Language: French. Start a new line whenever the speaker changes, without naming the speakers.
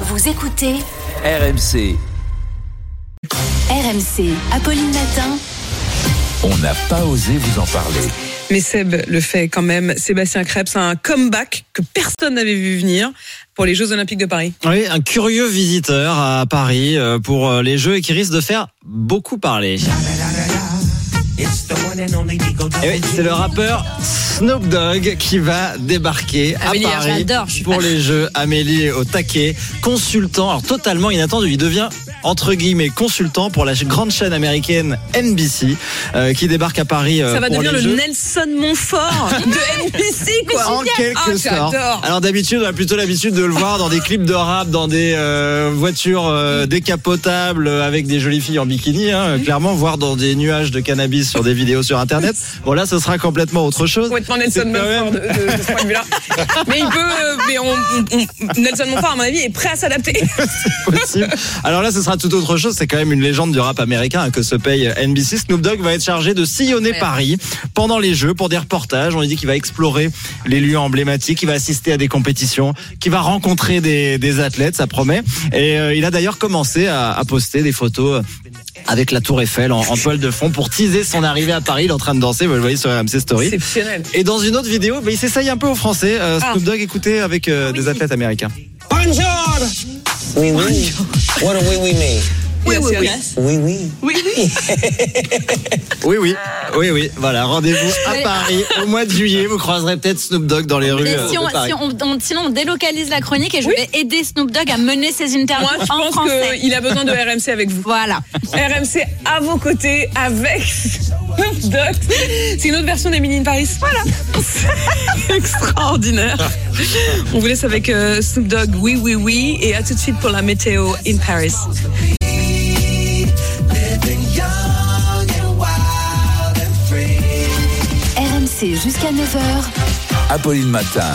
Vous écoutez
RMC,
RMC. Apolline Matin.
on n'a pas osé vous en parler.
Mais Seb le fait quand même. Sébastien Krebs a un comeback que personne n'avait vu venir pour les Jeux Olympiques de Paris.
Oui, un curieux visiteur à Paris euh, pour euh, les jeux et qui risque de faire beaucoup parler. Et Eh oui, c'est le rappeur Snoop Dogg qui va débarquer
Amélie,
à Paris
j'adore, je suis
pour
fan.
les jeux. Amélie est au taquet, consultant, alors totalement inattendu, il devient entre guillemets consultant pour la grande chaîne américaine NBC euh, qui débarque à Paris euh,
Ça va
pour
devenir
les
le
jeux.
Nelson Montfort de NBC, quoi.
En quelque
ah,
sorte.
j'adore.
Alors d'habitude, on a plutôt l'habitude de le voir dans des clips de rap, dans des euh, voitures euh, décapotables euh, avec des jolies filles en bikini, hein, euh, clairement, voire dans des nuages de cannabis sur des vidéos sur Internet. Bon là, ce sera complètement autre chose.
Complètement Nelson
C'est quand
Montfort de,
même-
de- de ce point de vue-là. Mais il peut. euh, mais on, on- on- Nelson Montfort, à mon avis, est prêt à s'adapter.
possible. Alors là, ce sera tout autre chose. C'est quand même une légende du rap américain hein, que se paye NBC. Snoop Dogg va être chargé de sillonner
Ouais.
Paris pendant les Jeux pour des reportages. On lui dit qu'il va explorer les lieux emblématiques, qu'il va assister à des compétitions, qu'il va rencontrer des, des athlètes, ça promet. Et euh, il a d'ailleurs commencé à, à poster des photos. euh, Avec la Tour Eiffel en, en poil de fond pour teaser son arrivée à Paris, il est en train de danser, vous le voyez sur RMC Story.
Exceptionnel.
Et dans une autre vidéo, bah, il s'essaye un peu aux Français. Euh,
Ah.
Snoop Dogg, écoutez, avec euh, des athlètes américains.
Oui, oui. What do oui, oui mean?
Oui, oui, oui.
Oui, oui.
Oui, oui, oui, oui. Voilà, rendez-vous à Paris au mois de juillet. Vous croiserez peut-être Snoop Dogg dans les rues.
Mais
euh,
si
de
on,
Paris.
si on- on- sinon, on délocalise la chronique et je vais aider Snoop Dogg à mener ses interviews
Moi, Ah, je
en
pense
français.
qu'il a besoin de RMC avec vous.
Voilà.
RMC à vos côtés avec Snoop Dogg. C'est une autre version d'Emily in Paris. Voilà. C'est Extraordinaire. On vous laisse avec euh, Snoop Dogg, oui, oui, oui. Et à tout de suite pour la météo in Paris.
RMC jusqu'à 9h.
Apolline Matin.